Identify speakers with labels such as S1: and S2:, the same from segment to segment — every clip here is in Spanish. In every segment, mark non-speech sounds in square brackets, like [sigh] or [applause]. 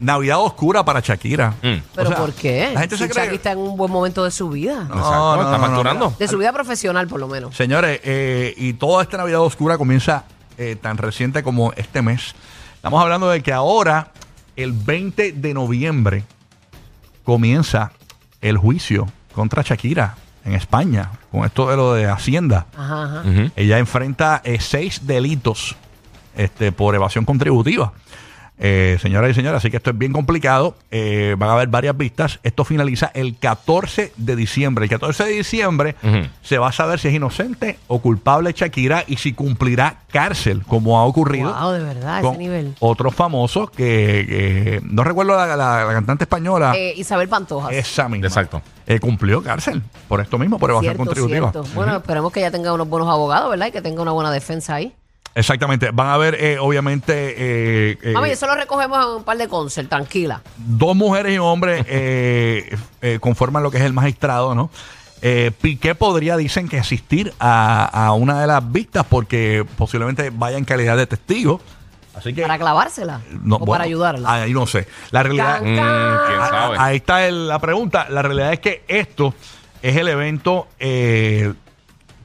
S1: Navidad oscura para Shakira.
S2: ¿Pero
S1: O sea,
S2: por qué?
S1: la gente se
S2: Si
S1: cree-
S2: Shakira está en un buen momento de su vida.
S1: No, no,
S3: está
S1: no, no,
S3: facturando.
S2: De su vida profesional, por lo menos.
S1: Señores, eh, y toda esta Navidad oscura comienza eh, tan reciente como este mes. Estamos hablando de que ahora, el 20 de noviembre, comienza el juicio contra Shakira en España, con esto de lo de Hacienda.
S2: Ajá, ajá.
S1: Ella enfrenta eh, seis delitos este, por evasión contributiva. Eh, señoras y señores, así que esto es bien complicado. Eh, van a haber varias vistas. Esto finaliza el 14 de diciembre. El 14 de diciembre
S3: Ujú.
S1: se va a saber si es inocente o culpable Shakira y si cumplirá cárcel, como ha ocurrido
S2: Wow, de verdad, ese
S1: con
S2: nivel.
S1: otros famosos que, que- no recuerdo la, la- la cantante española.
S2: Eh, Isabel Pantoja.
S1: esa misma.
S3: Exacto.
S1: Eh, cumplió cárcel por esto mismo, por evasión
S2: Cierto,
S1: contributiva.
S2: cierto. Bueno, esperemos que ella tenga unos buenos abogados, ¿verdad? Y que tenga una buena defensa ahí.
S1: Exactamente. Van a haber, eh, obviamente, eh, eh,
S2: Mami, eso lo recogemos en un par de concert, tranquila.
S1: dos mujeres y un hombre eh, eh, conforman lo que es el magistrado, ¿no? Eh, Piqué podría, dicen, que asistir a, a una de las vistas porque posiblemente vaya en calidad de testigo. Así que...
S2: Para clavársela.
S1: no,
S2: o
S1: bueno,
S2: para ayudarla.
S1: Ahí no sé. La realidad...
S2: Can, can.
S3: Mm, ¿Quién
S1: Ah,
S3: sabe?
S1: Ahí está el- la pregunta. La realidad es que esto es el evento eh,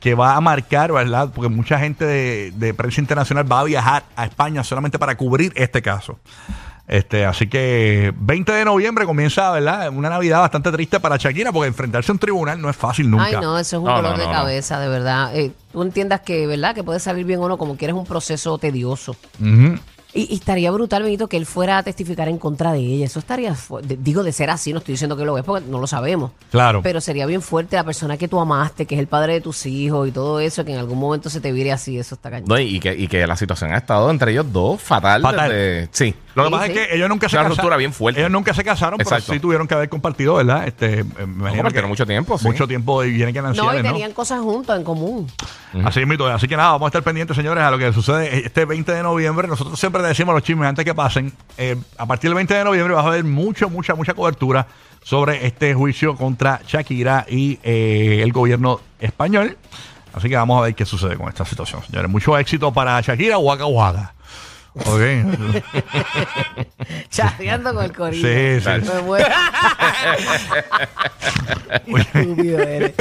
S1: que va a marcar, ¿verdad? Porque mucha gente de, de prensa internacional va a viajar a España solamente para cubrir este caso. Este, así que 20 de noviembre comienza, ¿verdad? Una Navidad bastante triste para Shakira porque enfrentarse a un tribunal no es fácil nunca.
S2: Ay, no, eso es un
S3: No,
S2: dolor
S3: no,
S2: de
S3: no, no.
S2: cabeza, de verdad. Eh, tú entiendas que, ¿verdad? Que puede salir bien o no, como quieres, un proceso tedioso.
S1: Ujú.
S2: Y, y estaría brutal, Benito, que él fuera a testificar en contra de ella. Eso estaría, fu- de- digo, de ser así, no estoy diciendo que lo es porque no lo sabemos.
S1: Claro.
S2: Pero sería bien fuerte la persona que tú amaste, que es el padre de tus hijos y todo eso, que en algún momento se te vire así, eso está cañón.
S3: No, y, y que, y que la situación ha estado entre ellos dos fatal.
S1: Fatal.
S3: desde- sí.
S1: Lo que
S2: Sí,
S1: pasa
S2: sí.
S1: es que ellos nunca se
S3: Una
S1: casaron.
S3: ruptura bien fuerte.
S1: Ellos nunca se casaron,
S3: Exacto.
S1: pero sí tuvieron que haber compartido, ¿verdad? Este, eh, me imagino
S3: compartieron
S1: que
S3: mucho tiempo, sí.
S1: Mucho tiempo y vienen que
S2: No,
S1: ¿no?
S2: y tenían cosas juntas en común.
S1: Así es, mito. Así que nada, vamos a estar pendientes, señores, a lo que sucede este 20 de noviembre. Nosotros siempre le decimos a los chismes antes que pasen. eh, a partir del 20 de noviembre vas a ver mucho, mucha, mucha cobertura sobre este juicio contra Shakira y eh, el gobierno español. Así que vamos a ver qué sucede con esta situación, señores. Mucho éxito para Shakira, Waka Waka. Ok.
S2: Chateando con el corillo.
S1: [laughs] Sí, sí.
S2: Me muero. Qué Estúpido eres.